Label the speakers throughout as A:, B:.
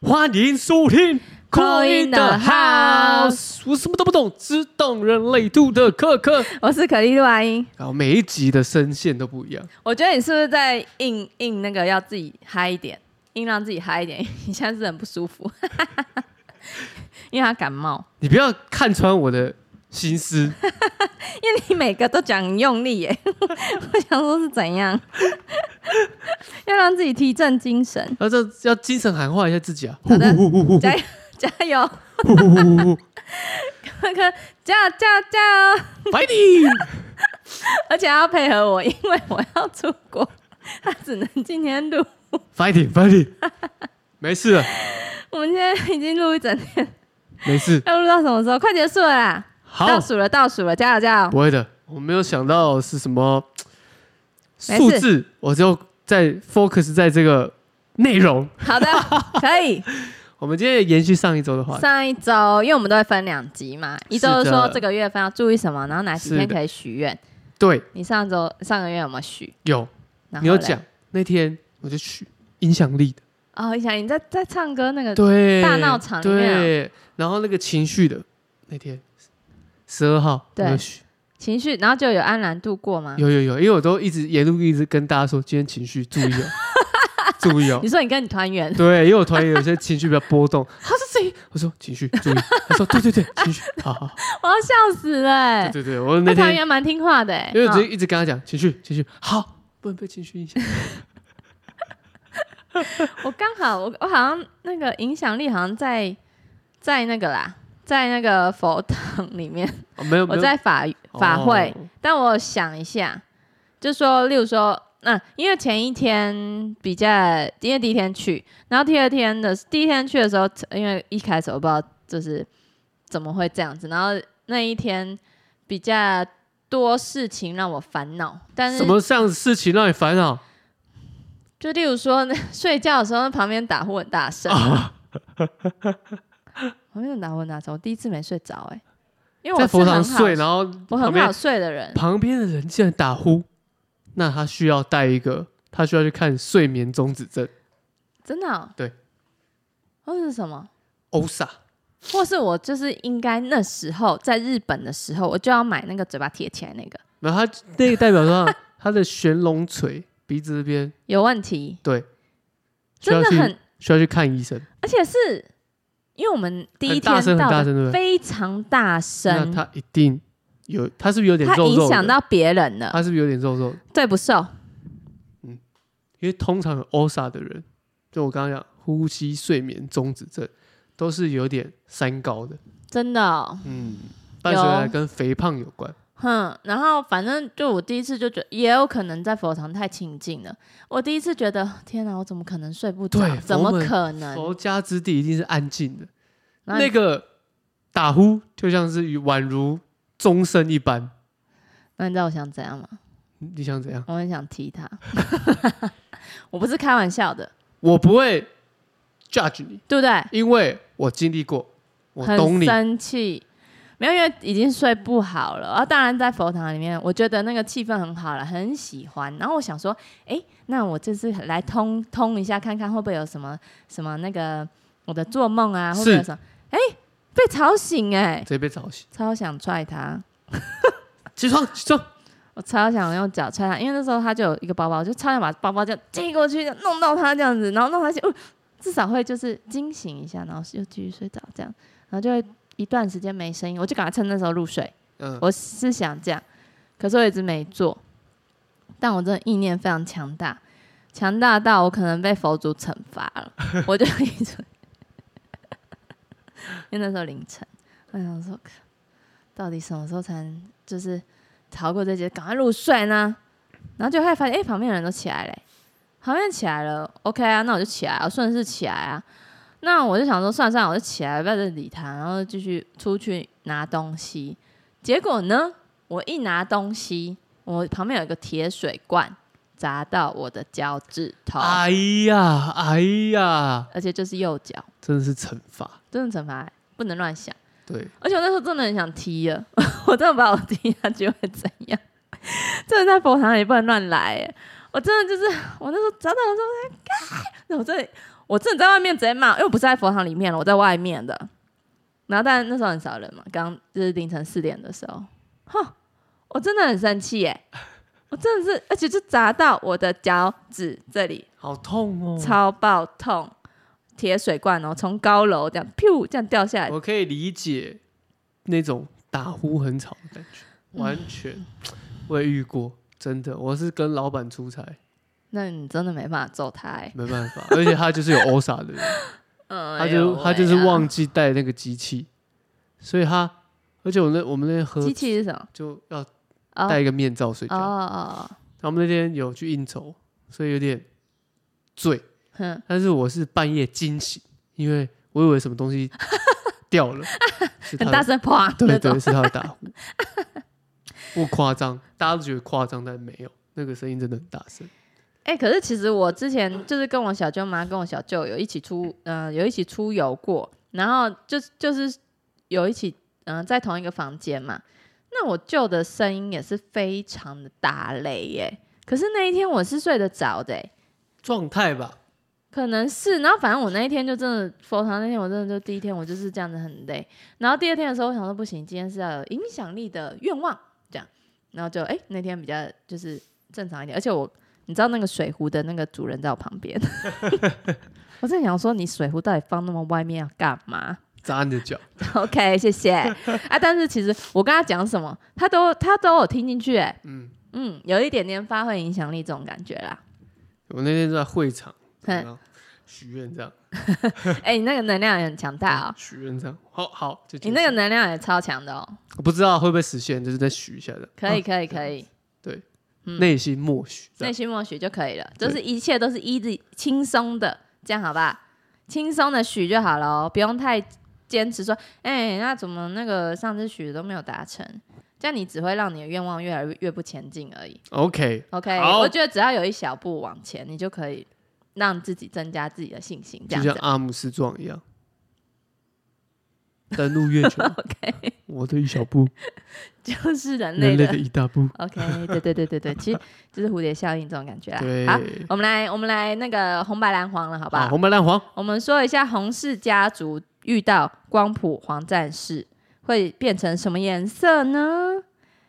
A: 欢迎收听
B: Call in the house
A: 我什么都不懂，只懂人类图的可可。
B: 我是可丽露阿英。
A: 然后每一集的声线都不一样，
B: 我觉得你是不是在硬硬那个要自己嗨一点，硬让自己嗨一点？ 你现在是很不舒 服，因为他感冒，
A: 你不要看穿我的心 思。
B: 因为你每个都讲很用力耶。 我想说是怎样， 要让自己提振精神，
A: 然后这要精神喊话一下自己啊！
B: 好的
A: 呼呼呼呼
B: 加油加油，
A: 呼呼呼呼呼，
B: 可可加油加油加油！
A: 白你！
B: 而且还要配合我，因为我要出国， 他只能今天录。
A: fighting fighting，没事了，
B: 我们现在已经录一整天，
A: 没事，
B: 要录到什么时候？快结束了啦！
A: 好
B: 倒，数了，倒数了，加油加油！
A: 不会的，我没有想到是什么
B: 没事
A: 数字，我就在 focus 在这个内容。
B: 好的， 可以。
A: 我们今天也延续上一周的话题，
B: 上一周，因为我们都会分两集嘛，一周
A: 是
B: 是
A: 的
B: 说这个月份要注意什么，然后哪几
A: 是
B: 天
A: 的
B: 可以许愿。
A: 对，
B: 你上周上个月有没有许？
A: 有
B: 然后
A: 你有
B: 嘞
A: 讲那天我就去影响力的，
B: 哦，我想你在在唱歌那个，
A: 对，
B: 呃大闹场里面啊
A: 对，然后那个情绪的那天十二号，
B: 对
A: 我有去
B: 情绪，然后就有安然度过吗？
A: 有有有，因为我都一直沿路一直跟大家说，今天情绪注意哦，注意哦
B: 你。说你跟你团员， 哦
A: 对，因为我团员有些情绪比较波动，他是谁？我说情绪注意，他说对对对，情 绪，好好，好
B: 我要笑死了欸。
A: 对对对， 我那
B: 那团
A: 天
B: 员蛮听话的欸，
A: 因为我直
B: 哦
A: 接一直跟他讲情绪情绪，好，不能被情绪影响，
B: 我刚好我我好像那个影响力好像在在那个啦，在那个佛堂里面，
A: 哦没有，
B: 我
A: 没有
B: 在法法会，
A: 哦
B: 但我想一下，就说，例如说，那、因为前一天比较，因为第一天去，然后第二天的第一天去的时候，因为一开始我不知道就是怎么会这样子，然后那一天比较多事情让我烦恼，但是
A: 什么样的事情让你烦恼？
B: 就例如说那睡觉的时候，旁边打呼很大声，
A: 啊
B: 旁边打呼很大声，我第一次没睡着哎、因为我
A: 在佛
B: 是
A: 堂
B: 很好
A: 睡，然后
B: 我
A: 旁
B: 很
A: 边
B: 好睡的人，
A: 旁边的人竟然打呼，那他需要带一个，他需要去看睡眠中止症
B: 真的哦、
A: 对，
B: 或是什么？
A: OSA。
B: 或是我就是应该那时候在日本的时候，我就要买那个嘴巴贴起来那个，
A: 然后他那个代表上他的悬龙垂鼻子这边
B: 有问题，
A: 对，需
B: 真
A: 要
B: 的
A: 去
B: 很，
A: 需要去看医生。
B: 而且是因为我们第一
A: 很大声
B: 天到
A: 很大声对不对
B: 的非常大
A: 那
B: 声，
A: 他一定有，他是不是有点
B: 它
A: 肉
B: 影
A: 肉
B: 响
A: 的？啊
B: 到别人了，
A: 他是不是有点肉肉的？
B: 对不受，
A: 因为通常有 OSA 的人，就我刚刚讲呼吸睡眠中止症，都是有点三高的，
B: 真的哦、
A: 嗯，伴随来
B: 有
A: 跟肥胖有关。
B: 哼。然后反正就我第一次就觉得，也有可能在佛堂太亲近了。我第一次觉得，天哪，我怎么可能睡不着
A: 对？
B: 怎么
A: 佛门
B: 可能？
A: 佛家之地一定是安静的，
B: 然后
A: 那个打呼就像是宛如钟声一般。
B: 那你知道我想怎样吗？
A: 你想怎样？
B: 我很想踢他， 我不是开玩笑的，
A: 我不会 judge 你，
B: 对不对？
A: 因为我经历过，我懂
B: 很
A: 你。
B: 生气，没有，因为已经睡不好了。啊，当然在佛堂里面，我觉得那个气氛很好了，很喜欢。然后我想说，诶，那我这次来通通一下，看看会不会有什么什么那个我的做梦啊，会不会有
A: 是
B: 什么？诶，被吵醒哎、
A: 直接被吵醒，
B: 超想踹他，
A: 起床，起床！
B: 我超想用脚踹他，因为那时候他就有一个包包，我就超想把包包这样接过去，弄到他这样子，然后弄他就、哦至少会就是惊醒一下，然后又继续睡着这样，然后就会一段时间没声音，我就赶快趁那时候入睡。
A: 嗯，
B: 我是想这样，可是我一直没做。但我真的意念非常强大，强大到我可能被佛祖惩罚了，我就一直，因为那时候凌晨，我想说，到底什么时候才能就是逃过这劫，赶快入睡呢？然后就会发现，哎、旁边的人都起来嘞、旁边起来了，OK 啊，那我就起来，我顺势起来啊。那我就想说，算了算了，我就起来，不要再理他，然后继续出去拿东西。结果呢，我一拿东西，我旁边有一个铁水罐砸到我的脚趾头，
A: 哎呀，哎呀，
B: 而且就是右脚，
A: 真的是惩罚。
B: 真的惩罚欸，不能乱想。
A: 对，
B: 而且我那时候真的很想踢了， 我真的不知道我踢下去会怎样。真的在哎佛堂也不能乱来欸，我真的就是我那时候早早的时候在，干我真的我真的在外面直接骂，因为我不是在佛堂里面了，我在外面的。然后但那时候很少人嘛，刚就是凌晨四点的时候，哼，我真的很生气耶、我真的是，而且就砸到我的脚趾这里，
A: 好痛哦！
B: 超爆痛，铁水罐哦，从高楼这样，噗，这样掉下来，
A: 我可以理解那种打呼很吵的感觉，完全未遇过，真的。我是跟老板出差，
B: 那你真的没办法揍他哎、
A: 没办法，而且他就是有 OSA 的人，
B: 嗯，
A: 他
B: 哎呦
A: 就
B: 喂啊
A: 他就是忘记带那个机器，所以他，而且我那我们那天喝
B: 机器是什么？
A: 就要
B: 哦
A: 戴一个面罩睡
B: 哦
A: 觉。
B: 哦，哦
A: 他们那天有去应酬，所以有点醉，
B: 哼，
A: 但是我是半夜惊醒，因为我以为什么东西掉 了，是他
B: 很
A: 的
B: 大声啪
A: 对
B: 那种
A: 对，，是他的打呼， 不夸张，大家都觉得夸张，但没有，那个声音真的很大声。
B: 哎、可是其实我之前就是跟我小舅妈、跟我小舅有一起出，呃，有一起出游过，然后就就是有一起，嗯、在同一个房间嘛。那我舅的声音也是非常的打雷耶，可是那一天我是睡得着的欸耶，
A: 状态吧，
B: 可能是。然后反正我那一天就真的佛堂那天，我真的就第一天我就是这样子很累，然后第二天的时候我想说不行，今天是要有影响力的愿望这样，然后就哎、那天比较就是正常一点，而且我你知道那个水壶的那个主人在我旁边，我在想说你水壶到底放那么外面要干嘛？
A: 扎你的脚，
B: OK，谢谢。啊，但是其实我跟他讲什么，他都他都有听进去、欸，
A: 嗯，
B: 嗯，有一点点发挥影响力这种感觉啦。
A: 我那天在会场，
B: 嗯
A: 然后许愿这样，
B: 哎、你那个能量也很强大哦，
A: 许愿这样，好好，就
B: 你那个能量也超强的哦，
A: 我不知道会不会实现，就是再许一下的，
B: 可以，
A: 啊
B: 可以，可以，嗯
A: 内心默许这
B: 内
A: 样，
B: 心默许就可以了，
A: 对
B: 就是一切都是 easy 轻松的，这样好吧？轻松的许就好了哦，不用太坚持说，哎、那怎么那个上次许的都没有达成？这样你只会让你的愿望越来越越不前进而已。
A: OK，
B: OK，
A: 好
B: 我觉得只要有一小步往前，你就可以让自己增加自己的信心，
A: 就
B: 这样
A: 像
B: 子。，
A: 阿姆斯壮一样，登陆月球
B: OK，
A: 我的一小步，
B: 就是人类
A: 人
B: 的。
A: 类的一大步，
B: OK，对对对对对，其实 就是蝴蝶效应这种感觉啦。
A: 对，
B: 好，我们来我们来那个红白蓝黄了，好不
A: 啊
B: 好？
A: 红白蓝黄，
B: 我们说一下红氏家族遇到光谱黄战士会变成什么颜色呢？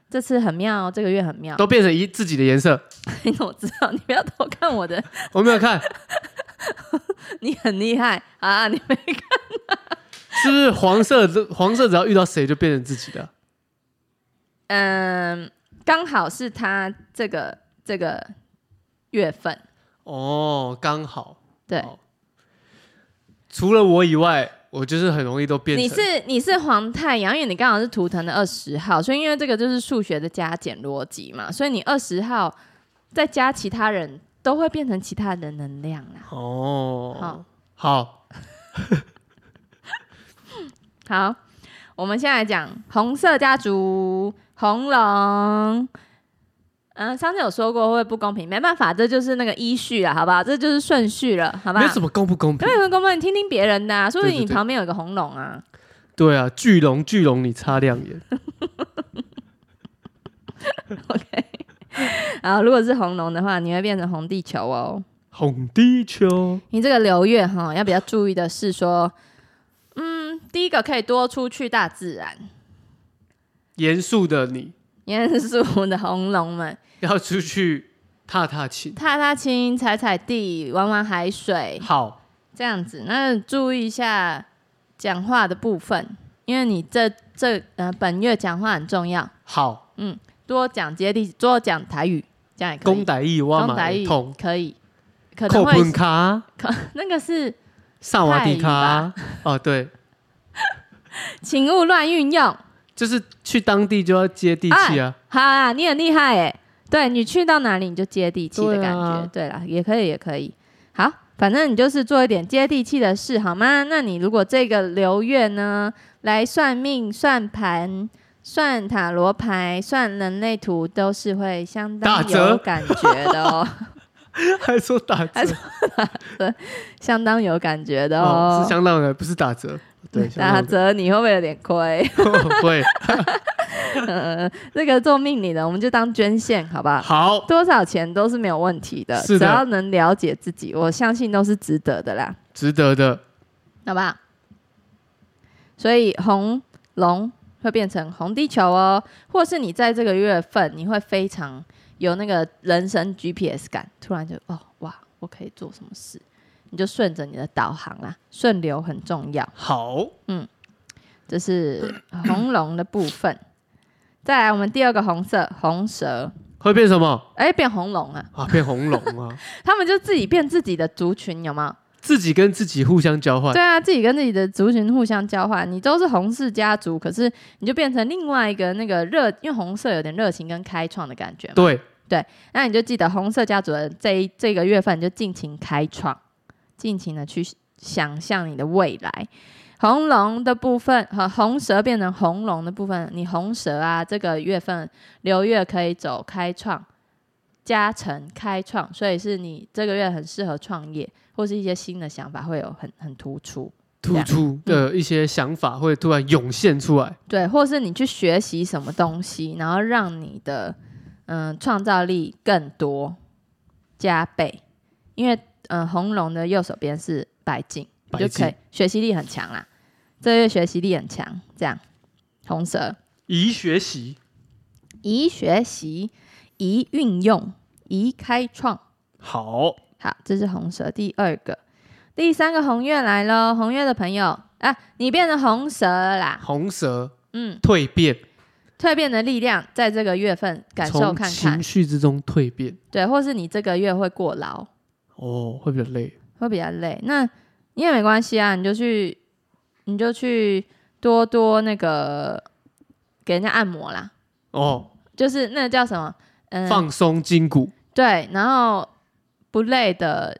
B: 这次很妙哦，这个月很妙。
A: 都变成一自己的颜色，
B: 你怎么知道？你不要偷看我的，
A: 我没有看，
B: 你很厉害啊！你没
A: 是不是黄色？黄色只要遇到谁就变成自己的啊，
B: 嗯，刚好是他这个这个月份，
A: 哦，刚好。
B: 对，
A: 好除了我以外，我就是很容易都变成。
B: 你是你是黄太阳，因为你刚好是图腾的二十号，所以因为这个就是数学的加减逻辑嘛，所以你二十号再加其他人都会变成其他人的能量啦。
A: 哦，好，
B: 好，我们先来讲红色家族红龙。嗯，上次有说过会不公平，没办法，这就是那个依序啊了，好不好？这就是顺序了，好吧？
A: 没有什么公不公平
B: 可。以很公平，你听听别人的、啊，说不定
A: 对
B: 你
A: 对对
B: 旁边有个红龙啊。
A: 对啊，巨龙巨龙，你擦亮眼。
B: 然后如果是红龙的话，你会变成红地球哦。
A: 红地球，
B: 你这个流月哈，要比较注意的是说，嗯，第一个可以多出去大自然，
A: 严肃的你
B: 严肃的红龙们，
A: 要出去踏踏青。
B: 踏踏青、踩踩地、玩玩海水，
A: 好，
B: 这样子。那注意一下讲话的部分，因为你这这呃本月讲话很重要，
A: 好，
B: 多讲接地，多讲台语，这样也可
A: 公
B: 以。
A: 歹义哇
B: 公
A: 啊马
B: 台语
A: 通，
B: 可以，可
A: 扣
B: 能会
A: 本卡，
B: 那个是
A: 萨瓦迪
B: 泰
A: 卡。哦，对，
B: 请勿乱运用。
A: 就是去当地就要接地气啊。
B: 好啊，你很厉害哎！对你去到哪里你就接地气的
A: 对
B: 感觉，
A: 啊
B: 对啦，也可以，也可以。好，反正你就是做一点接地气的事，好吗？那你如果这个流月呢，来算命、算盘、算塔罗牌、算人类图，都是会相
A: 打
B: 当
A: 折
B: 有感觉的 哦，
A: 还说打
B: 还
A: 折
B: 说，相当有感觉的
A: 哦，
B: 哦
A: 是。相当的，不是打折。对，相
B: 打
A: 当的
B: 折你会不会有点亏？
A: 会
B: 呃，那个做命理的，我们就当捐献，好不好？
A: 好，
B: 多少钱都是没有问题的，
A: 是的
B: 只要能了解自己，我相信都是值得的啦，
A: 值得的。
B: 好不好？所以红龙会变成红地球哦，或是你在这个月份，你会非常有那个人生 GPS 感，突然就哦哇，我可以做什么事，你就顺着你的导航啦，顺流很重要。
A: 好，
B: 这是红龙的部分。再来，我们第二个红色红蛇，
A: 会变什么
B: 哎、变红龙啊！
A: 啊？变红龙 啊！
B: 他们就自己变自己的族群，有没有？
A: 自己跟自己互相交换。
B: 对啊，自己跟自己的族群互相交换。你都是红氏家族，可是你就变成另外一个那个热，因为红色有点热情跟开创的感觉嘛。
A: 对，
B: 那你就记得红色家族的这一这个月份你就尽情开创，尽情的去想象你的未来。红龙的部分和红蛇变成红龙的部分，你红蛇啊，这个月份流月可以走开创、加成、开创，所以是你这个月很适合创业，或是一些新的想法会有很很突出。
A: 突
B: 嗯
A: 出的一些想法会突然涌现出来。
B: 对，或是你去学习什么东西，然后让你的嗯创造力更多加倍，因为嗯红龙的右手边是白净，你
A: 白
B: 就可以
A: 净
B: 学习力很强啦。这月学习力很强，这样红蛇
A: 宜学习，
B: 宜学习，宜运用，宜开创。
A: 好，
B: 好，这是红蛇第二个，第三个红月来喽，红月的朋友啊，你变成红蛇了啦，
A: 红蛇
B: 嗯，
A: 蜕变，
B: 蜕变的力量在这个月份感受
A: 从
B: 看看
A: 情。绪之中蜕变。
B: 对，或是你这个月会过劳，
A: 哦，会比较累。
B: 会比较累，那你也没关系啊，你就去，你就去多多那个给人家按摩啦，
A: 哦，
B: 就是那个叫什么，嗯，
A: 放松筋骨，
B: 对，然后不累的，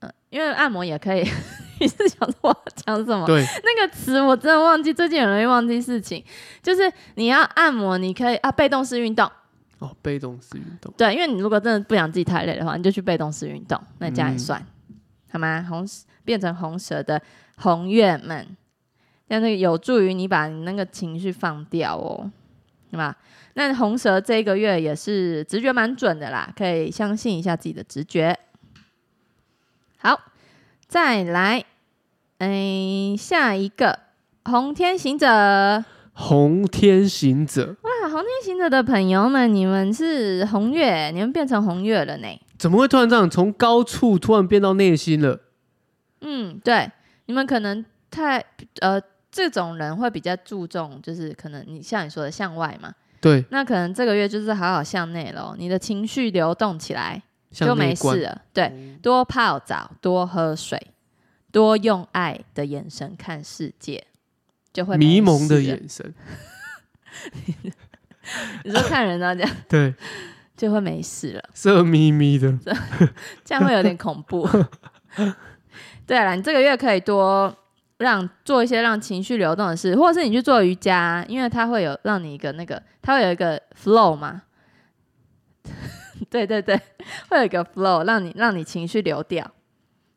B: 嗯、因为按摩也可以。 你是想说我要讲什么？
A: 对，
B: 那个词我真的忘记，最近很容易忘记事情。就是你要按摩，你可以啊，被动式运动，
A: 哦，被动式运动，
B: 对，因为你如果真的不想自己太累的话，你就去被动式运动，那这样也算，好吗？红变成红蛇的红月们，但是有助于你把你那个情绪放掉哦，对吧？那红蛇这一个月也是直觉蛮准的啦，可以相信一下自己的直觉。好，再来，哎，下一个红天行者。
A: 红天行者
B: 哇，红天行者的朋友们，你们是红月，你们变成红月了呢。
A: 怎么会突然这样？从高处突然变到内心了？
B: 嗯，对，你们可能太呃，这种人会比较注重，就是可能你像你说的向外嘛，
A: 对，
B: 那可能这个月就是好好向内咯，你的情绪流动起来
A: 向
B: 就
A: 内
B: 没
A: 观嗯
B: 事了。对，多泡澡，多喝水，多用爱的眼神看世界，就会
A: 迷
B: 没
A: 蒙的
B: 事了。
A: 眼神，
B: 你说看人啊，这样
A: 对，
B: 就会没事了。
A: 色眯眯的，
B: 这样会有点恐怖。 对了，你这个月可以多让做一些让情绪流动的事，或者是你去做瑜伽，因为它会有让你一个那个，它会有一个 flow 嘛。 对对对，会有一个 flow，让你让你情绪流掉。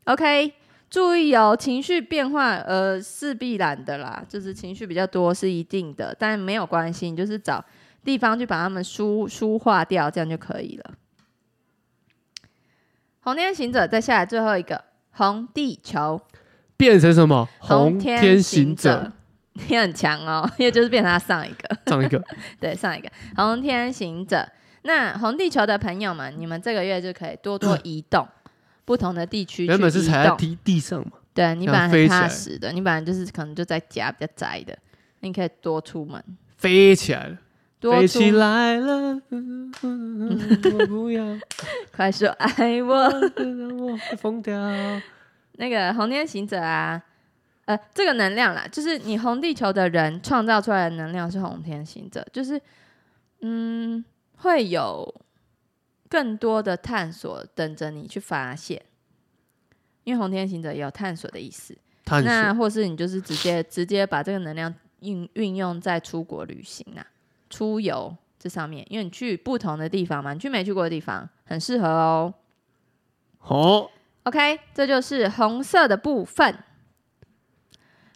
B: OK，注意哦，情绪变化呃是必然的啦，就是情绪比较多是一定的，但没有关系，你就是找地方去把它们舒舒化掉，这样就可以了。红天行者，再下来最后一个红地球，
A: 变成什么？红
B: 天
A: 天行者
B: 者，，你很强哦， 因为就是变成他上一个，
A: 这样一个
B: 对，上一个红天行者。那红地球的朋友们，你们这个月就可以多多移 动不同的地区去移
A: 原本是踩在
B: 动。
A: 地地上嘛，
B: 对你
A: 要
B: 本来很
A: 飞起
B: 踏
A: 来
B: 实的，你本来就是可能就在家比较宅的，你可以多出门，
A: 飞起来了，
B: 多
A: 飞
B: 出
A: 起来了，嗯嗯嗯我不要，
B: 快说爱我。
A: 让我疯掉。
B: 那个红天行者啊，呃，这个能量啦，就是你红地球的人创造出来的能量是红天行者，就是嗯，会有更多的探索等着你去发现，因为红天行者也有探索的意思。
A: 探
B: 那
A: 索
B: 或是你就是直接直接把这个能量运运用在出国旅行啊、出游这上面，因为你去不同的地方嘛，你去没去过的地方，很适合哦。
A: 哦，
B: OK，这就是红色的部分。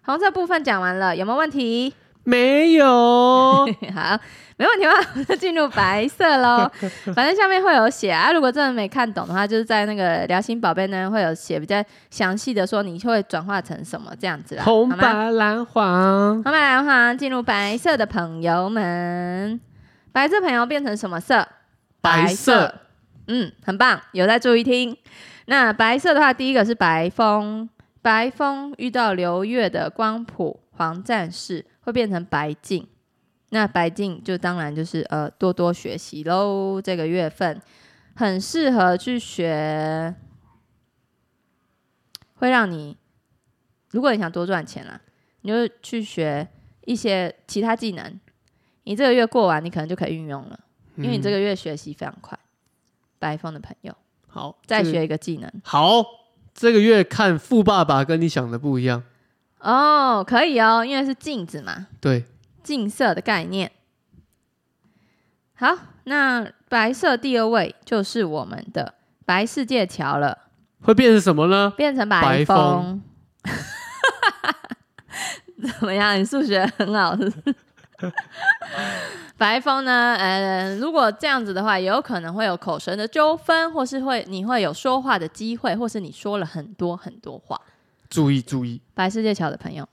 B: 红色部分讲完了，有没有问题？
A: 没有，
B: 好，没问题吗？ 我们就进入白色喽。反正下面会有写啊，如果真的没看懂的话，就是在那个聊心宝贝那边会有写比较详细的，说你会转化成什么这样子啦。
A: 红
B: 好吗？
A: 白蓝黄，
B: 好吗？来，欢迎进入白色的朋友们，白色朋友变成什么色？
A: 白色，
B: 嗯，很棒，有在注意听。那白色的话，第一个是白风，白风遇到流月的光谱黄战士会变成白净。那白净就当然就是呃多多学习喽，这个月份很适合去学，会让你如果你想多赚钱啦，你就去学一些其他技能。你这个月过完，你可能就可以运用了。因为你这
A: 个
B: 个月学习非常快。白风的朋友
A: 好
B: 再
A: 这个
B: 学一个技能
A: 好。这个月看富爸爸跟你想的不一样，
B: 哦，可以哦，因为是镜子嘛，
A: 对，
B: 近色的概念。好，那白色第二位就是我们的白世界桥了，
A: 会变成什么呢？
B: 变成
A: 白
B: 白
A: 风
B: 风。 怎么样？你数学很好 是不是白风呢？呃，如果这样子的话，也有可能会有口舌的纠纷，或是会你会有说话的机会，或是你说了很多很多话。
A: 注意注意，
B: 白世界桥的朋友，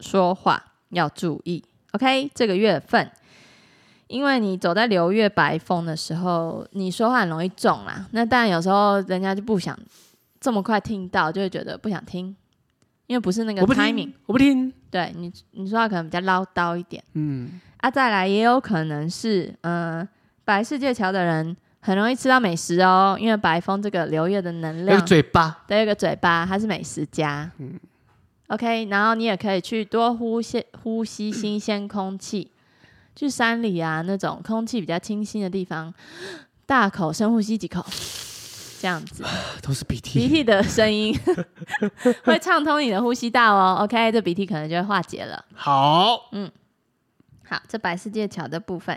B: 说话要注意。OK，这个月份，因为你走在流月白风的时候，你说话很容易中啦。那当然有时候人家就不想这么快听到，就会觉得不想听，因为不是那个
A: 我不
B: timing
A: 听。，我不听，
B: 对你，你说话可能比较唠叨一点。
A: 嗯，
B: 啊，再来也有可能是，嗯、白世界桥的人很容易吃到美食哦，因为白风这个流月的能
A: 那
B: 量
A: 个嘴巴，
B: 的一个嘴巴，它是美食家。
A: 嗯
B: OK，然后你也可以去多呼吸呼吸新鲜空气，去山里啊那种空气比较清新的地方，大口深呼吸几口，这样子
A: 都是鼻涕。
B: 鼻涕的声音 会畅通你的呼吸道哦。OK，这鼻涕可能就会化解了。
A: 好，
B: 好，这白世界桥的部分，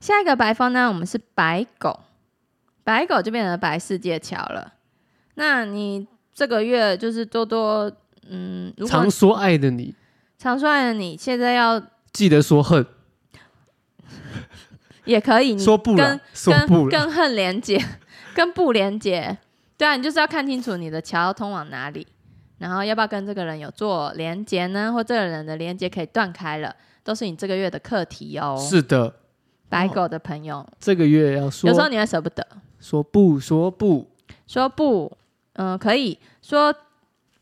B: 下一个白方呢，我们是白狗，白狗就变成白世界桥了。那你这个月就是多多，嗯，如果
A: 常说爱的你，
B: 长帅的你现在要
A: 记得说恨，
B: 也可以，你
A: 说不了
B: 跟，
A: 说不
B: 跟
A: 了。
B: 跟恨连接， 跟不连接，对啊，你就是要看清楚你的桥通往哪里，然后要不要跟这个人有做连接呢，或这个人的连接可以断开了，都是你这个月的课题哦。
A: 是的，
B: 白狗的朋友，
A: 这个月要说
B: 有时候你会舍不得，
A: 说不说不，
B: 说不，嗯、可以说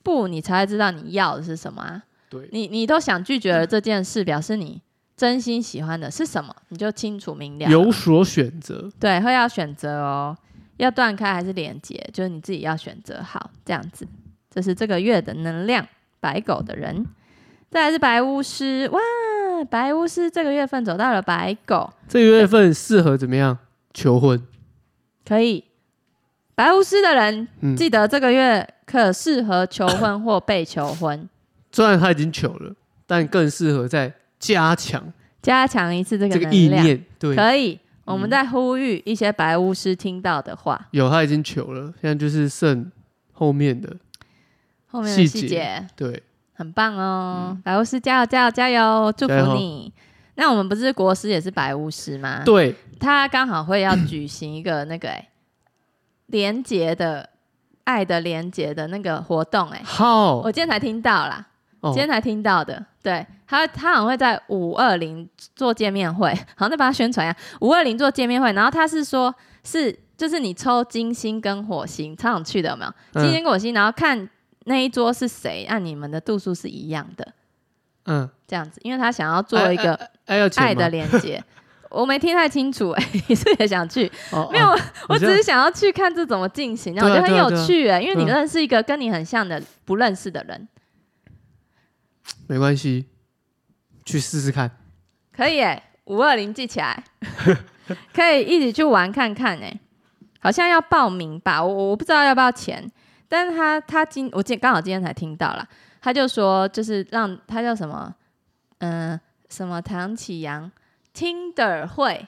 B: 不，你才会知道你要的是什么、啊。
A: 对，嗯
B: 你你都想拒绝了这件事，表示你真心喜欢的是什么，你就清楚明了了。
A: 有所选择。
B: 对，会要选择哦，要断开还是连接，就是你自己要选择好这样子。这是这个月的能量，白狗的人，再来是白巫师，哇，白巫师这个月份走到了白狗，
A: 这个月份适合怎么样？求婚，
B: 可以。白巫师的人，
A: 嗯
B: 记得这个月可适合求婚或被求 婚，
A: 虽然他已经求了，但更适合在加强
B: 加强一次这个
A: 这个
B: 能
A: 意
B: 量，
A: 念。对，嗯
B: 可以。我们在呼吁一些白巫师听到的话，
A: 有他已经求了，现在就是剩后面的。
B: 后面
A: 细
B: 的
A: 节
B: 细节
A: 对，
B: 很棒哦，白巫师加油加油加油！祝
A: 加油
B: 福你。那我们不是国师也是白巫师吗？，
A: 对，
B: 他刚好会要举行一个那个哎、连结的爱的连结的那个活动哎、
A: 好
B: 我，今天才听到啦，
A: 哦
B: 今天才听到的。对他，他好像会在五二零做见面会， 好像在帮他宣传呀。五二零做见面会，然后他是说，是就是你抽金星跟火星，他想去的有没有？
A: 嗯
B: 金星跟火星，然后看那一桌是谁，按你们的度数是一样的，
A: 嗯，
B: 这样子，因为他想要做一个
A: 哎要钱
B: 爱的
A: 吗
B: 连 接。我没听太清楚、哎， 你是也想去？
A: 哦
B: 没有，
A: 哦
B: 我
A: 你
B: 只
A: 这
B: 是想要去看这怎么进行，然后我
A: 对
B: 觉
A: 啊
B: 得很
A: 对啊
B: 有
A: 对啊
B: 趣、哎，因为你
A: 对啊
B: 认识一个跟你很像的不认识的人，
A: 没关系，去试试看。
B: 可以哎、五二零记起来， 可以一起去玩看看哎、好像要报名吧，我我不知道要不要钱，但是他他今我今刚好今天才听到啦，他就说就是让他叫什么，嗯、什么唐启阳听的会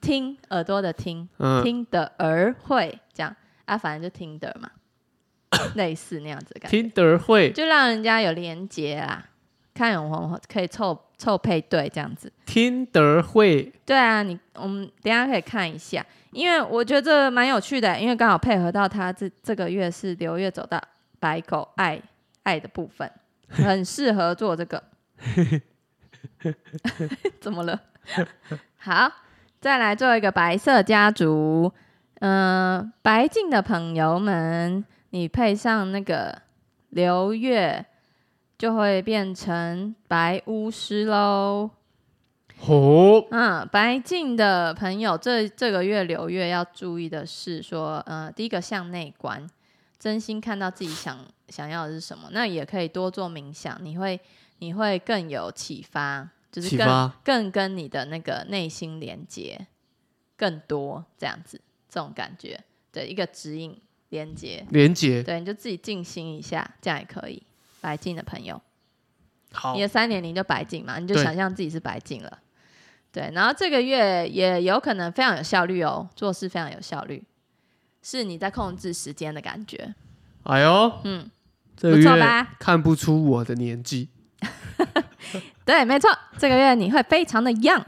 B: 听耳朵的听
A: 嗯，
B: 听的儿会这样啊，反正就听 的嘛，类似那样子的感觉，
A: 听得会
B: 就让人家有连接啦，看我们可以凑臭配对这样子。
A: 听得会，
B: 对啊，你我们等一下可以看一下，因为我觉得这蛮有趣的，因为刚好配合到他这这个月是流月走到白狗爱爱的部分，很适合做这个。 怎么了？ 好，再来做一个白色家族，嗯、白净的朋友们，你配上那个流月，就会变成白巫师喽。
A: 哦，
B: 嗯，白净的朋友，这这个月流月要注意的是说，呃，第一个向内观，真心看到自己想想要的是什么，那也可以多做冥想，你会你会更有启发，就是
A: 启
B: 更
A: 发
B: 更跟你的那个内心连接更多，这样子这种感觉，对，一个指引连接，
A: 连接，
B: 对，你就自己静心一下，这样也可以。白净的朋友。
A: 好
B: 你，的三点零就白净嘛，你就
A: 哦对
B: 想象自己是白净了。对，然后这个月也有可能非常有效率哦，做事非常有效率，是你在控制时间的感觉。
A: 哎呦，
B: 嗯，
A: 这个
B: 不错
A: 月
B: 吧
A: 看不出我的年纪，
B: 对，没错，这个月你会非常的 young，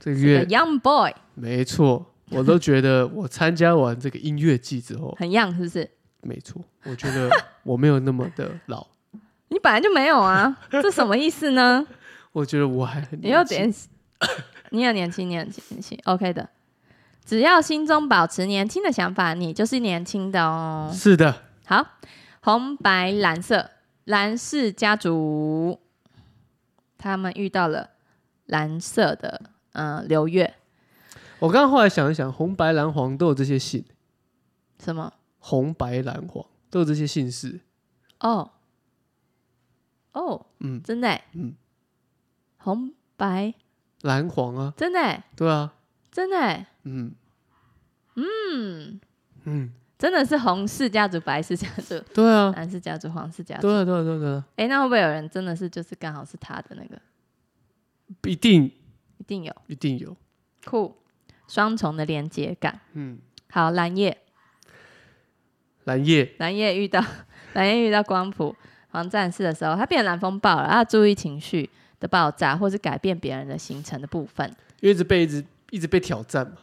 A: 这个
B: 是个
A: 月
B: young boy，
A: 没错，我都觉得我参加完这个音乐季之后，
B: 很 young 是不是？
A: 没错，我觉得我没有那么的老，
B: 你本来就没有啊，这什么意思呢？
A: 我觉得我还很
B: 你有
A: 年轻
B: 点，你很年轻，你很年轻，OK 的。只要心中保持年轻的想法，你就是年轻的哦。
A: 是的，
B: 好，红白蓝色，蓝氏家族，他们遇到了蓝色的呃流月，
A: 我刚刚后来想一想，红白蓝黄都有这些姓，
B: 什么？
A: 红白蓝黄都有这些姓氏，
B: 哦，哦，
A: 嗯，
B: 真的欸，
A: 嗯
B: 红白，
A: 蓝黄啊，
B: 真的欸，
A: 对啊，
B: 真的欸，
A: 嗯
B: 嗯，
A: 嗯，
B: 真的是红氏家族、白氏家族、
A: 对啊，
B: 蓝氏家族、黄氏家族。
A: 对啊，对啊，对啊，对啊，
B: 哎、那会不会有人真的是就是刚好是他的那个？
A: 一定
B: 一定有，
A: 一定有，
B: 酷，双重的连接感。
A: 嗯，
B: 好，蓝叶，
A: 蓝叶
B: 蓝夜遇到 蓝夜遇到光谱黄战士的时候，他变蓝风暴了，他要注意情绪的爆炸，或是改变别人的行程的部分。
A: 因为一直被一直一直被挑战嘛，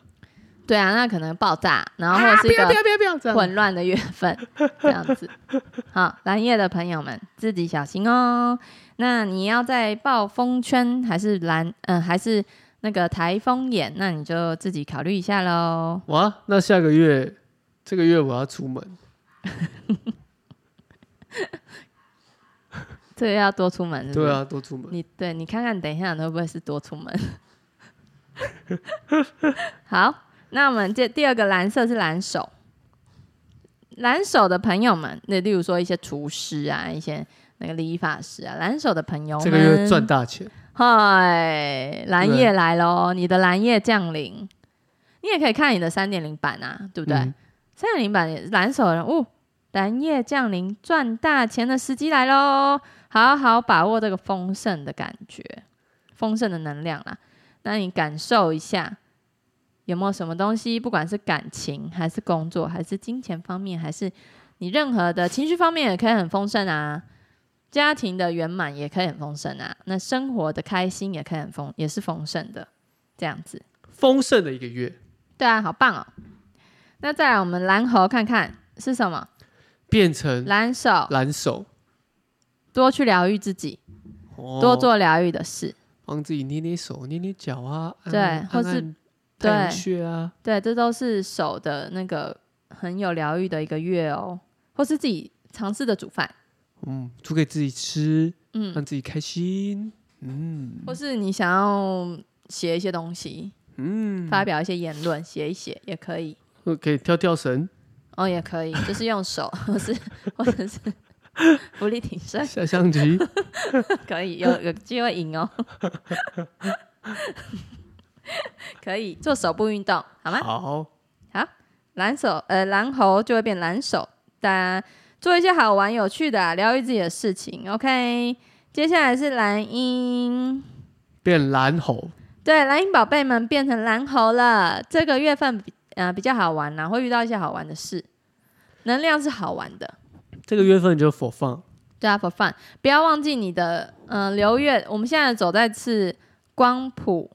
B: 对啊，那可能爆炸，然后
A: 啊
B: 或
A: 不
B: 是一
A: 要不
B: 个
A: 要不要不要这样，
B: 混乱的月份， 这样子。好，蓝夜的朋友们自己小心哦。那你要在暴风圈还是蓝，嗯、还是那个台风眼，那你就自己考虑一下喽。
A: 哇，那下个月这个月我要出门，
B: 这个要多出门是不是
A: 对啊，多出门，
B: 你对你看看，等一下你会不会是多出门？好，那我们这第二个蓝色是蓝手，蓝手的朋友们，那例如说一些厨师啊，一些那个理发师啊，蓝手的朋友们，
A: 这个月赚大钱，
B: 嗨，蓝
A: 对
B: 叶来喽！你的蓝叶降临，你也可以看你的三点零版啊，对不对
A: 嗯？
B: 三点零版也蓝手人物，蓝叶降临，赚大钱的时机来喽！好好把握这个丰盛的感觉，丰盛的能量啦。那你感受一下，有没有什么东西，不管是感情，还是工作，还是金钱方面，还是你任何的情绪方面，也可以很丰盛啊。家庭的圆满也可以很丰盛啊，那生活的开心也可以很丰，也是丰盛的，这样子。
A: 丰盛的一个月，
B: 对啊，好棒哦。那再来我们蓝猴看看是什么？
A: 变成
B: 蓝手
A: 蓝手，
B: 多去疗愈自己，
A: 哦
B: 多做疗愈的事。
A: 帮自己捏捏手、捏捏脚啊，按
B: 对
A: 按
B: 或是
A: 按太阳
B: 对
A: 穴啊，
B: 对，这都是手的那个很有疗愈的一个月哦，或是自己尝试的煮饭，
A: 嗯，煮给自己吃，
B: 嗯，
A: 让自己开心，嗯
B: 或是你想要写一些东西，
A: 嗯，
B: 发表一些言论，写一写也可以。
A: 呃可以跳跳绳，
B: 哦，也可以，就是用手， 或是或者是浮力挺身，
A: 下象 棋，
B: 可以有有机会赢哦。 可以做手部运动，好吗？
A: 好，
B: 蓝手呃蓝猴就会变蓝手，但做一些好玩有趣的、啊，疗愈自己的事情。OK，接下来是蓝鹰，
A: 变蓝猴，
B: 对蓝鹰宝贝们变成蓝猴了。这个月份比呃比较好玩啦、会遇到一些好玩的事，能量是好玩的。
A: 这个月份就 for fun，
B: 对啊，for fun，不要忘记你的嗯、呃流月，我们现在走在是光谱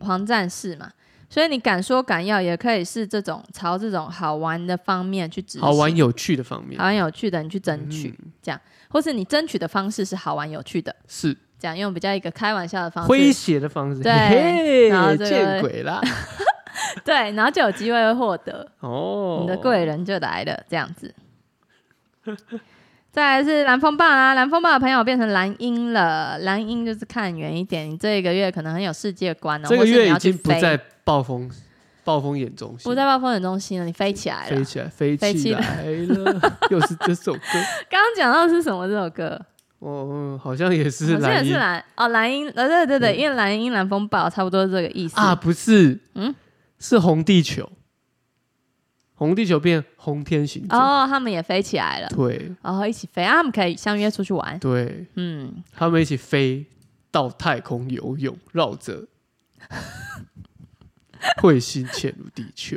B: 黄战士嘛，所以你敢说敢要，也可以是这种朝这种好玩的方面去执行，
A: 好玩有趣的方面
B: 好，玩有趣的你去争取，
A: 嗯
B: 或是你争取的方式是好玩有趣的，
A: 是
B: 这样用比较一个开玩笑的方
A: 诙
B: 式，
A: 谐的方式，
B: 对
A: 嘿
B: 然后
A: 嘿
B: 这个
A: 见鬼啦！
B: 对，然后就有机会会获得
A: 哦，
B: 你的贵人就来了，这样子。 再来是蓝风暴啊，蓝风暴的朋友变成蓝鹰了，蓝鹰就是看远一点，你这一个月可能很有世界观哦，
A: 这
B: 或
A: 个
B: 是你
A: 月已
B: 要去
A: 经不
B: 飞
A: 在暴风暴风眼中心，
B: 不在暴风眼中心了，你飞起来了
A: 飞。起来，飞
B: 飞
A: 起
B: 起
A: 来了， 又是这 首歌，
B: 刚刚讲到的是什么这首歌？
A: 哦，好像也是
B: 好像也
A: 蓝
B: 是
A: 音
B: 蓝哦，蓝鹰呃对对对，
A: 嗯
B: 因为蓝鹰蓝风暴差不多是这个意思
A: 啊，不是，
B: 嗯
A: 是红地球，红地球变红天行者，
B: 哦，他们也飞起来了，
A: 对
B: 然后一起飞啊，他们可以相约出去玩，
A: 对，
B: 嗯，
A: 他们一起飞到太空游泳，绕着彗星潜入地 球，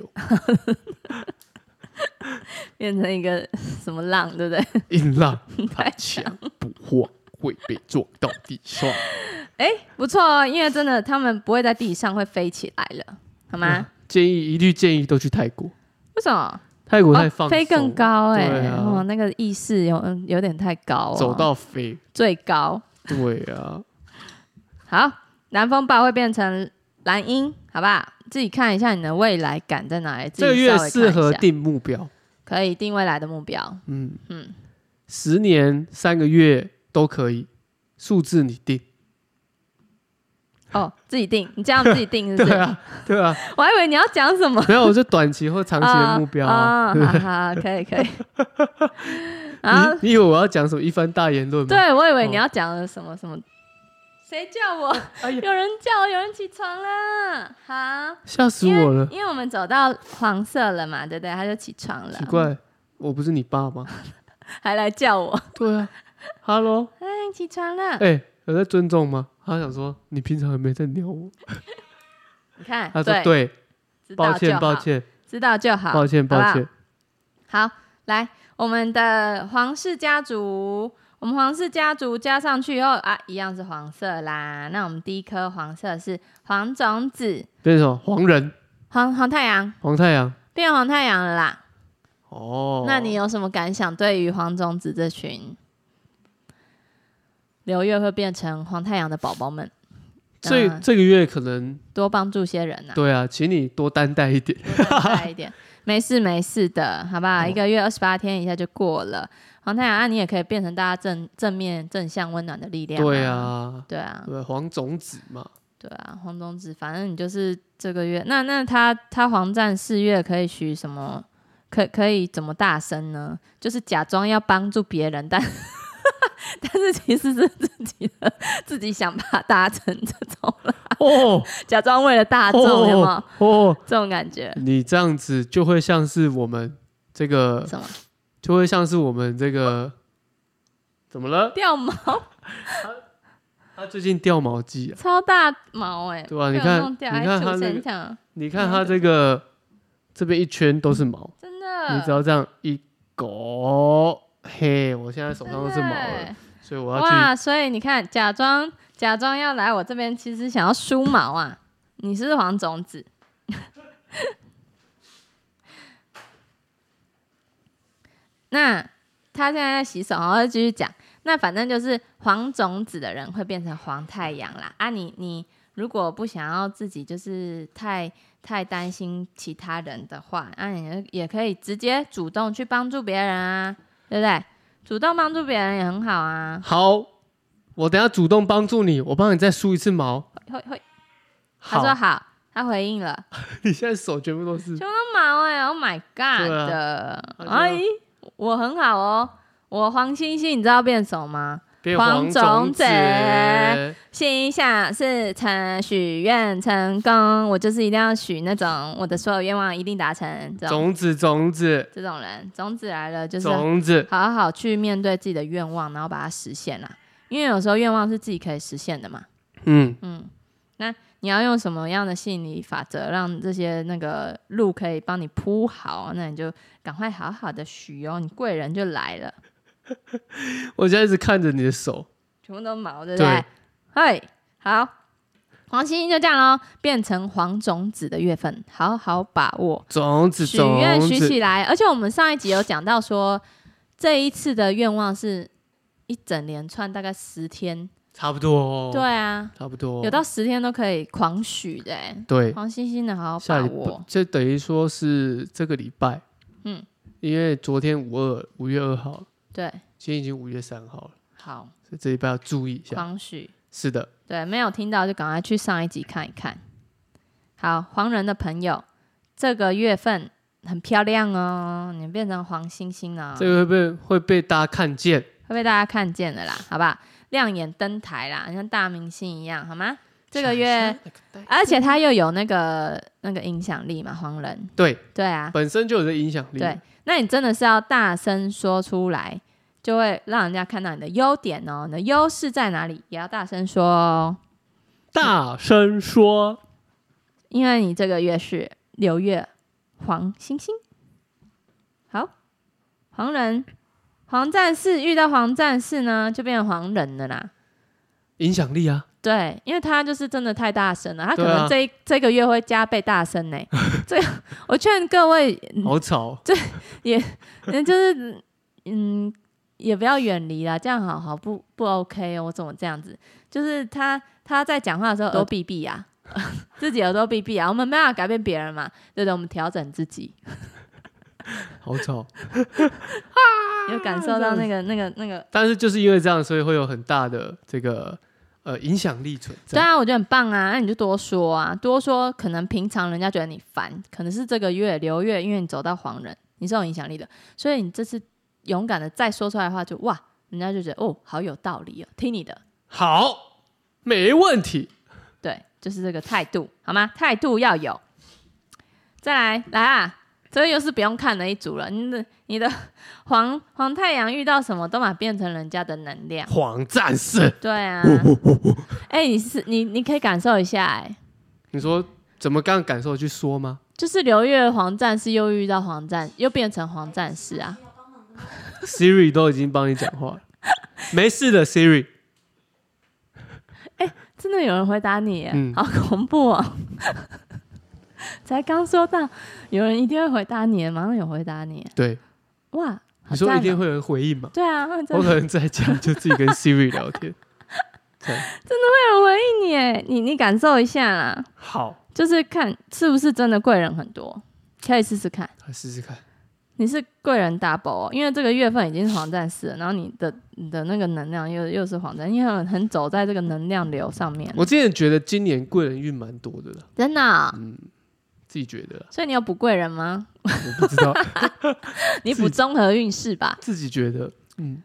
B: 变成一个什么浪，对不对？
A: 音浪太强不晃会被撞到地上。
B: 不错哦，因为真的他们不会在地上，会飞起来了，好吗？
A: 啊建议一律建议都去泰国，
B: 为什么？
A: 泰国
B: 哦
A: 太放松、
B: 飞更高哎、
A: 对啊
B: 哦，那个意识有嗯有点太高、哦，
A: 走到飞，
B: 最高。
A: 对啊，
B: 好，南风暴会变成蓝鹰，好不好？自己看一下你的未来感在哪里。
A: 这个
B: 自己
A: 月
B: 稍微看一下
A: 适合定目标，
B: 可以定未来的 目标。
A: 嗯
B: 嗯
A: 十年、三个月都可以，数字你定。
B: 哦，自己定，你这样自己定是
A: 对
B: 不是？
A: 啊，对 啊，
B: 我还以为你要讲 什么
A: 没有，我是短期或长期的目标啊。
B: 啊，好好，可以可 以。然后，
A: 你你以为我要讲什么一番大言论吗？，哦
B: 哦对啊我以为你要讲的什么什么， 谁叫我？
A: 哎呀，
B: 有人叫我，有人起床啦！好，
A: 吓死我了！
B: 因为我们走到黄色了嘛，对不对？他就起床了，
A: 奇，怪，我不是你爸吗？
B: 还来叫我，
A: 对啊，Hello，
B: 哎，你起床了。
A: 哎、有在尊重吗？他想说你平常也没在鸟我。
B: 你看，
A: 他说
B: 对
A: 对，
B: 知道
A: 抱
B: 就
A: 歉
B: 好，
A: 抱歉
B: 知道就好，
A: 抱歉
B: 好不好
A: 抱歉。
B: 好，来，我们的皇室家族，我们皇室家族加上去以后啊，一样是黄色啦。那我们第一颗黄色是黄种子，
A: 变成什么黄人
B: 黄黄太阳
A: 黄太阳
B: 变黄太阳了啦。
A: 哦。
B: 那你有什么感想？对于黄种子这群流月会变成黄太阳的宝宝们，
A: 这
B: 嗯
A: 这个月可能
B: 多帮助些人呐、
A: 对啊，请你多担待一 点。
B: 多等待 一点，没事没事的，好不好？
A: 哦
B: 一个月二十八天一下就过了。黄太阳啊，你也可以变成大家正正面、正向、温暖的力量、
A: 对，啊，
B: 对啊，
A: 对黄种子嘛，
B: 对啊，黄种子，反正你就是这个月。那那他他黄战四月可以许什么？可可以怎么大声呢？就是假装要帮助别人，但 但是其实是自己的自己想把它达成这种了，
A: 哦
B: 假装为了大众，有没有
A: 哦 哦，
B: 这种感觉？
A: 你这样子就会像是我们这个，
B: 什么
A: 就会像是我们这个，怎么了？
B: 掉毛？
A: 他最近掉毛季啊，
B: 超大毛哎、欸，
A: 对吧、啊你
B: 被我
A: 看，
B: 弄
A: 你
B: 掉还
A: 看他
B: 出
A: 那
B: 神
A: 个，
B: 像，
A: 你看他这个这边一圈都是毛，
B: 真
A: 你只
B: 的，
A: 要这样一勾，嘿，我现在手
B: 真
A: 上
B: 的
A: 都是毛了
B: 欸，
A: 所以我要去
B: 哇！所以你看，假装假装要来我这边，其实想要梳毛啊，你是不是黄种子。 那他现在在洗手，然后继续讲。那反正就是黄种子的人会变成黄太阳啦。啊你，你如果不想要自己就是太太担心其他人的话，那、你就也可以直接主动去帮助别人啊，对不对？主动帮助别人也很好啊。
A: 好。我等下主动帮助你，我帮你再梳一次毛。
B: 会会会，他
A: 好
B: 说，好，他回应了。
A: 你现在手全部都是
B: 全部都毛哎、o h my
A: 啊
B: god 的，
A: 他就
B: 哎、我很好哦。我黄星星，你知道变什么吗？
A: 变
B: 黄
A: 黄
B: 种
A: 子
B: 子心想事成，许愿成功。我就是一定要许那种我的所有愿望一定达成这种
A: 种子，种子，
B: 这种人。种子来了，就是啊
A: 种子，
B: 好好去面对自己的愿望，然后把它实现啦。因为有时候愿望是自己可以实现的嘛。
A: 嗯，
B: 嗯，那你要用什么样的吸引力法则让这些那个路可以帮你铺好？那你就赶快好好的许哦，你贵人就来了。
A: 我现在一直看着你的手，
B: 全部都毛，对不对
A: 对？
B: 嗨，好，黄星星就这样喽，变成黄种子的月份，好好把握，
A: 种子
B: 许
A: 种
B: 愿许
A: 子，
B: 起来。而且我们上一集有讲到说，这一次的愿望是一整连串，大概十天，
A: 差不多、哦，
B: 对，啊，
A: 差不多，哦
B: 有到十天都可以狂许的、欸。
A: 对，
B: 黄星星的好好
A: 下
B: 把
A: 礼拜
B: 握，
A: 这等于说是这个礼拜，
B: 嗯，
A: 因为昨天五二五月二号，
B: 对，
A: 今天已经五月三号了，
B: 好，
A: 所以这礼拜要注意一下。
B: 狂许。
A: 是的，
B: 对，没有听到就赶快去上一集看一看。好，黄人的朋友，这个月份很漂亮哦，你变成黄星星了哦、
A: 这个会被会被大家看见。
B: 会被大家看见的啦，好不好？亮眼登台啦，你像大明星一样，好吗？这个月，啊而且他又有那个那个影响力嘛，黄人，
A: 对
B: 对啊，
A: 本身就有这影响力，
B: 对，那你真的是要大声说出来，就会让人家看到你的优点哦，你的优势在哪里，也要大声说哦。
A: 大声说，
B: 因为你这个月是流月黄星星。好，黄人黄战士遇到黄战士呢，就变成黄人了啦。
A: 影响力啊，
B: 对，因为他就是真的太大声了，他可
A: 对啊
B: 能这一、这个月会加倍大 声呢、这个我劝各位，
A: 好吵，
B: 嗯，就是嗯，也不要远离啦，这样好好不不 OK 哦。我怎么这样子？就是他他在讲话的时候耳朵闭闭啊， 自己耳朵闭闭啊，我们没办法改变别人嘛，对不对？我们调整自己，
A: 好吵。
B: 有感受到那个那个那个。
A: 但是就是因为这样，所以会有很大的这个呃影响力存
B: 对
A: 在。
B: 啊，我觉得很棒啊！那你就多说啊，多说，可能平常人家觉得你烦，可能是这个月流月，因为你走到黄人，你是有影响力的，所以你这次勇敢的再说出来的话就，哇，人家就觉得哦，好有道理哦，听你的，
A: 好，没问题。
B: 对，就是这个态度，好吗？态度要有。再来，来啊！这又是不用看的一组了。你的你的黄黄太阳遇到什么都嘛变成人家的能量，
A: 黄战士，
B: 对啊。哎、你是你你可以感受一下、哎，
A: 你说怎么刚刚感受去说吗？
B: 就是刘月黄战士又遇到黄战，又变成黄战士啊。
A: Siri 都已经帮你讲话了，没事的，Siri。
B: 真的有人回答你耶，
A: 嗯
B: 好恐怖哦！ 才刚说到，有人一定会回答你的，马上有回答你，
A: 对，
B: 哇！好
A: 你说
B: 赞
A: 一定
B: 哦
A: 会有人回应嘛？
B: 对啊，真的
A: 我可能在家就自己跟 Siri 聊天。对，
B: 有回应你耶，你你感受一下啦，
A: 好，
B: 就是看是不是真的贵人很多，可以试试看。
A: 来试试看。
B: 你是贵人 double，、哦、因为这个月份已经是黄战士了，然后你的你的那个能量又又是黄战，因为很很走在这个能量流上面，
A: 我之前觉得今年贵人运蛮多的啦，嗯
B: 真的哦、
A: 自己觉得啦，
B: 所以你有补贵人 吗？
A: 我不知道，
B: 你补综合运势吧。
A: 自己觉得，嗯，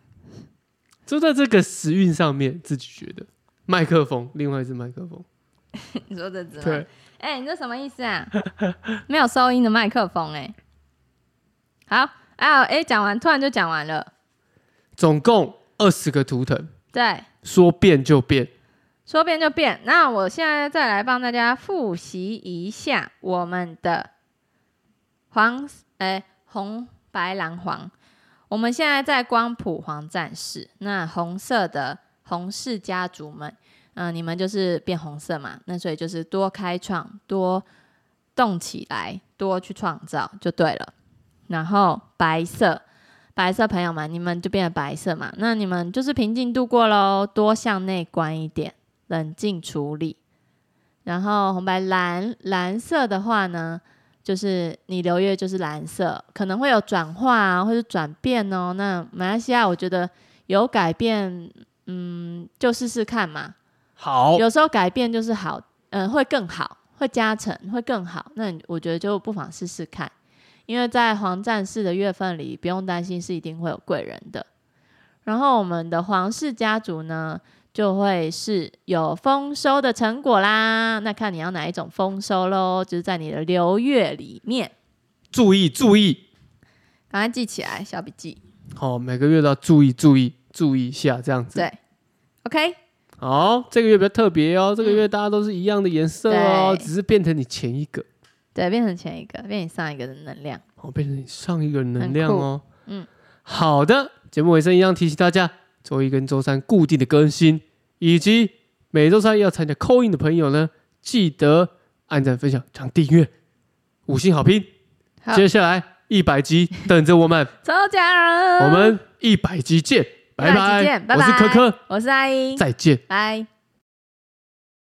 A: 就在这个时运上面，自己觉得。麦克风，另外一只麦克风，
B: 你说这只吗
A: 对？，
B: 哎、你这什么意思啊？没有收音的麦克风哎、好，啊，哎、讲完突然就讲完了，
A: 总共二十个图腾，
B: 对。
A: 说变就变。
B: 说变就变。那我现在再来帮大家复习一下我们的黄诶红白蓝黄。我们现在在光谱黄战士，那红色的红氏家族们，嗯、你们就是变红色嘛，那所以就是多开创，多动起来，多去创造就对了。然后白色，白色朋友们，你们就变成白色嘛，那你们就是平静度过喽，多向内观一点，冷静处理。然后红白蓝蓝色的话呢，就是你流月就是蓝色，可能会有转化啊，或者转变哦。那马来西亚我觉得有改变，嗯，就试试看嘛。
A: 好，
B: 有时候改变就是好，嗯，会更好，会加成，会更好。那你我觉得就不妨试试看，因为在黄战士的月份里，不用担心是一定会有贵人的。然后我们的皇室家族呢，就会是有丰收的成果啦。那看你要哪一种丰收喽，就是在你的流月里面，
A: 注意注意，
B: 赶快记起来，小笔记。
A: 好，每个月都要注意注意注意一下，这样子。
B: 对，OK，
A: 好，这个月比较特别哦，这个月大家都是一样的颜色哦，
B: 嗯对
A: 只是变成你前一个，
B: 对，变成前一个，变成上一个的能量。
A: 哦，变成你上一个能量哦。
B: 很酷嗯，
A: 好的，节目尾声一样提醒大家，周一跟周三固定的更新，以及每周三要参加扣印的朋友呢，记得按赞、分享、抢订阅、五星好评。
B: 好
A: 接下来一百集等着我们，
B: 周家人，
A: 我们一百集见，拜
B: 嗯下集
A: 拜
B: 见，拜
A: 我是
B: 拜
A: 科科，
B: 我是阿英，
A: 再见。
B: 拜。